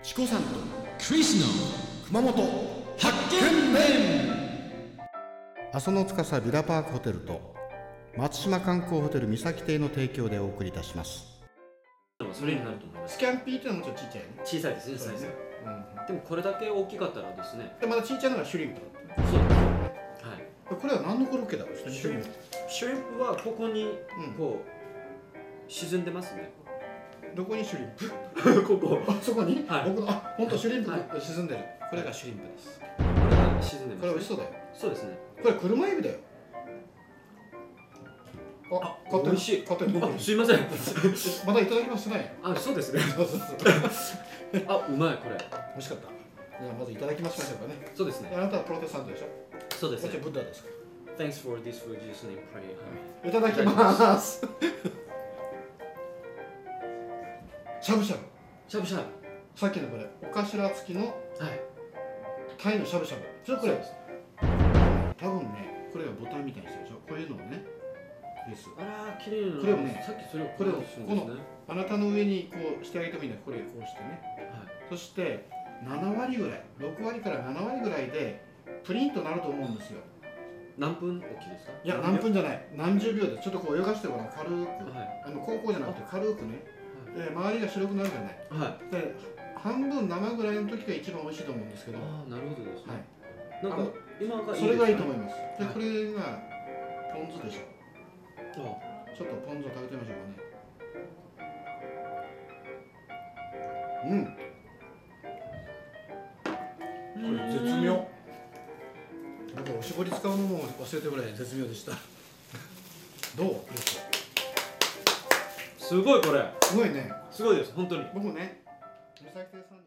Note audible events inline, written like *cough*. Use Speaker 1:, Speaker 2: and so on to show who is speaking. Speaker 1: チコさんとクリスの熊本発見面
Speaker 2: 阿蘇の司ビラパークホテルと松島観光ホテル三崎邸の提供でお送りいたします
Speaker 3: でもそれになると思います
Speaker 4: スキャンピーってのはもうちょっとちっちゃいよね、
Speaker 3: 小さいですねサイズが
Speaker 4: う
Speaker 3: でもこれだけ大きかったらですね
Speaker 4: ん、でまたちっちゃいのがシュリンプだ
Speaker 3: そうはい
Speaker 4: これは何のコロッケだろうシュリンプ
Speaker 3: シュリンプはここにこう、沈んでます *laughs* ね
Speaker 4: どこにシュリンプ
Speaker 3: ここ
Speaker 4: あそこに、
Speaker 3: はい
Speaker 4: 僕のあ本当シュリンプ
Speaker 3: はい
Speaker 4: が沈んでる、これがシュリンプです
Speaker 3: これが沈んで
Speaker 4: これ美
Speaker 3: ま
Speaker 4: 味し
Speaker 3: す、
Speaker 4: そう
Speaker 3: ね、
Speaker 4: だよ
Speaker 3: そうですね
Speaker 4: これ車エビだよあ
Speaker 3: あ
Speaker 4: 勝手
Speaker 3: 美
Speaker 4: に
Speaker 3: 味しい
Speaker 4: 勝手に僕
Speaker 3: あ
Speaker 4: に
Speaker 3: すいません
Speaker 4: またいただきますね
Speaker 3: *laughs* あそうですね
Speaker 4: そうそうそう
Speaker 3: あうまいこれ
Speaker 4: 美味しかったじゃあまずいただきましょうかね
Speaker 3: そうですね
Speaker 4: あなたはプロテスタントでしょ
Speaker 3: そうです
Speaker 4: 私
Speaker 3: ね
Speaker 4: はブッダですか
Speaker 3: Thanks for this religious name prayer
Speaker 4: らいただきます *laughs* しゃぶしゃぶ
Speaker 3: しゃぶしゃぶ
Speaker 4: さっきのこれお頭付きの
Speaker 3: はい
Speaker 4: タイのしゃぶしゃぶちょっとこ
Speaker 3: そう
Speaker 4: れ
Speaker 3: です
Speaker 4: 多分ねこれがボタンみたいにしてるでしょこういうのをねです
Speaker 3: あらー綺麗な
Speaker 4: これをね
Speaker 3: さっきそれを
Speaker 4: これを
Speaker 3: こうですね
Speaker 4: こあなたの上にこうしてあげてもいいんだけどこれこうしてねそして7割ぐらい6割から7割ぐらいでプリンとなると思うんですよ
Speaker 3: 何分おきですか
Speaker 4: いや何分じゃない何十秒でちょっとこう泳がしてごらん軽く
Speaker 3: は
Speaker 4: あの高校じゃなくて軽くねで周りが白くなるじゃない
Speaker 3: いはい
Speaker 4: で半分生ぐらいの時が一番美味しいと思うんですけど
Speaker 3: ああなるほどですね、
Speaker 4: は
Speaker 3: なん
Speaker 4: あ
Speaker 3: か
Speaker 4: の
Speaker 3: 今がいいです
Speaker 4: それがいいと
Speaker 3: ね
Speaker 4: 思いますで
Speaker 3: はい
Speaker 4: これがポン酢でしょ
Speaker 3: あ
Speaker 4: ちょっとポン酢を食べてみましょうかねうんこれ絶妙なんかおしぼり使うのも忘れてぐらい絶妙でしたどう
Speaker 3: すごいこれ
Speaker 4: すごいね
Speaker 3: すごいです本当に
Speaker 4: 僕ね三崎亭さんに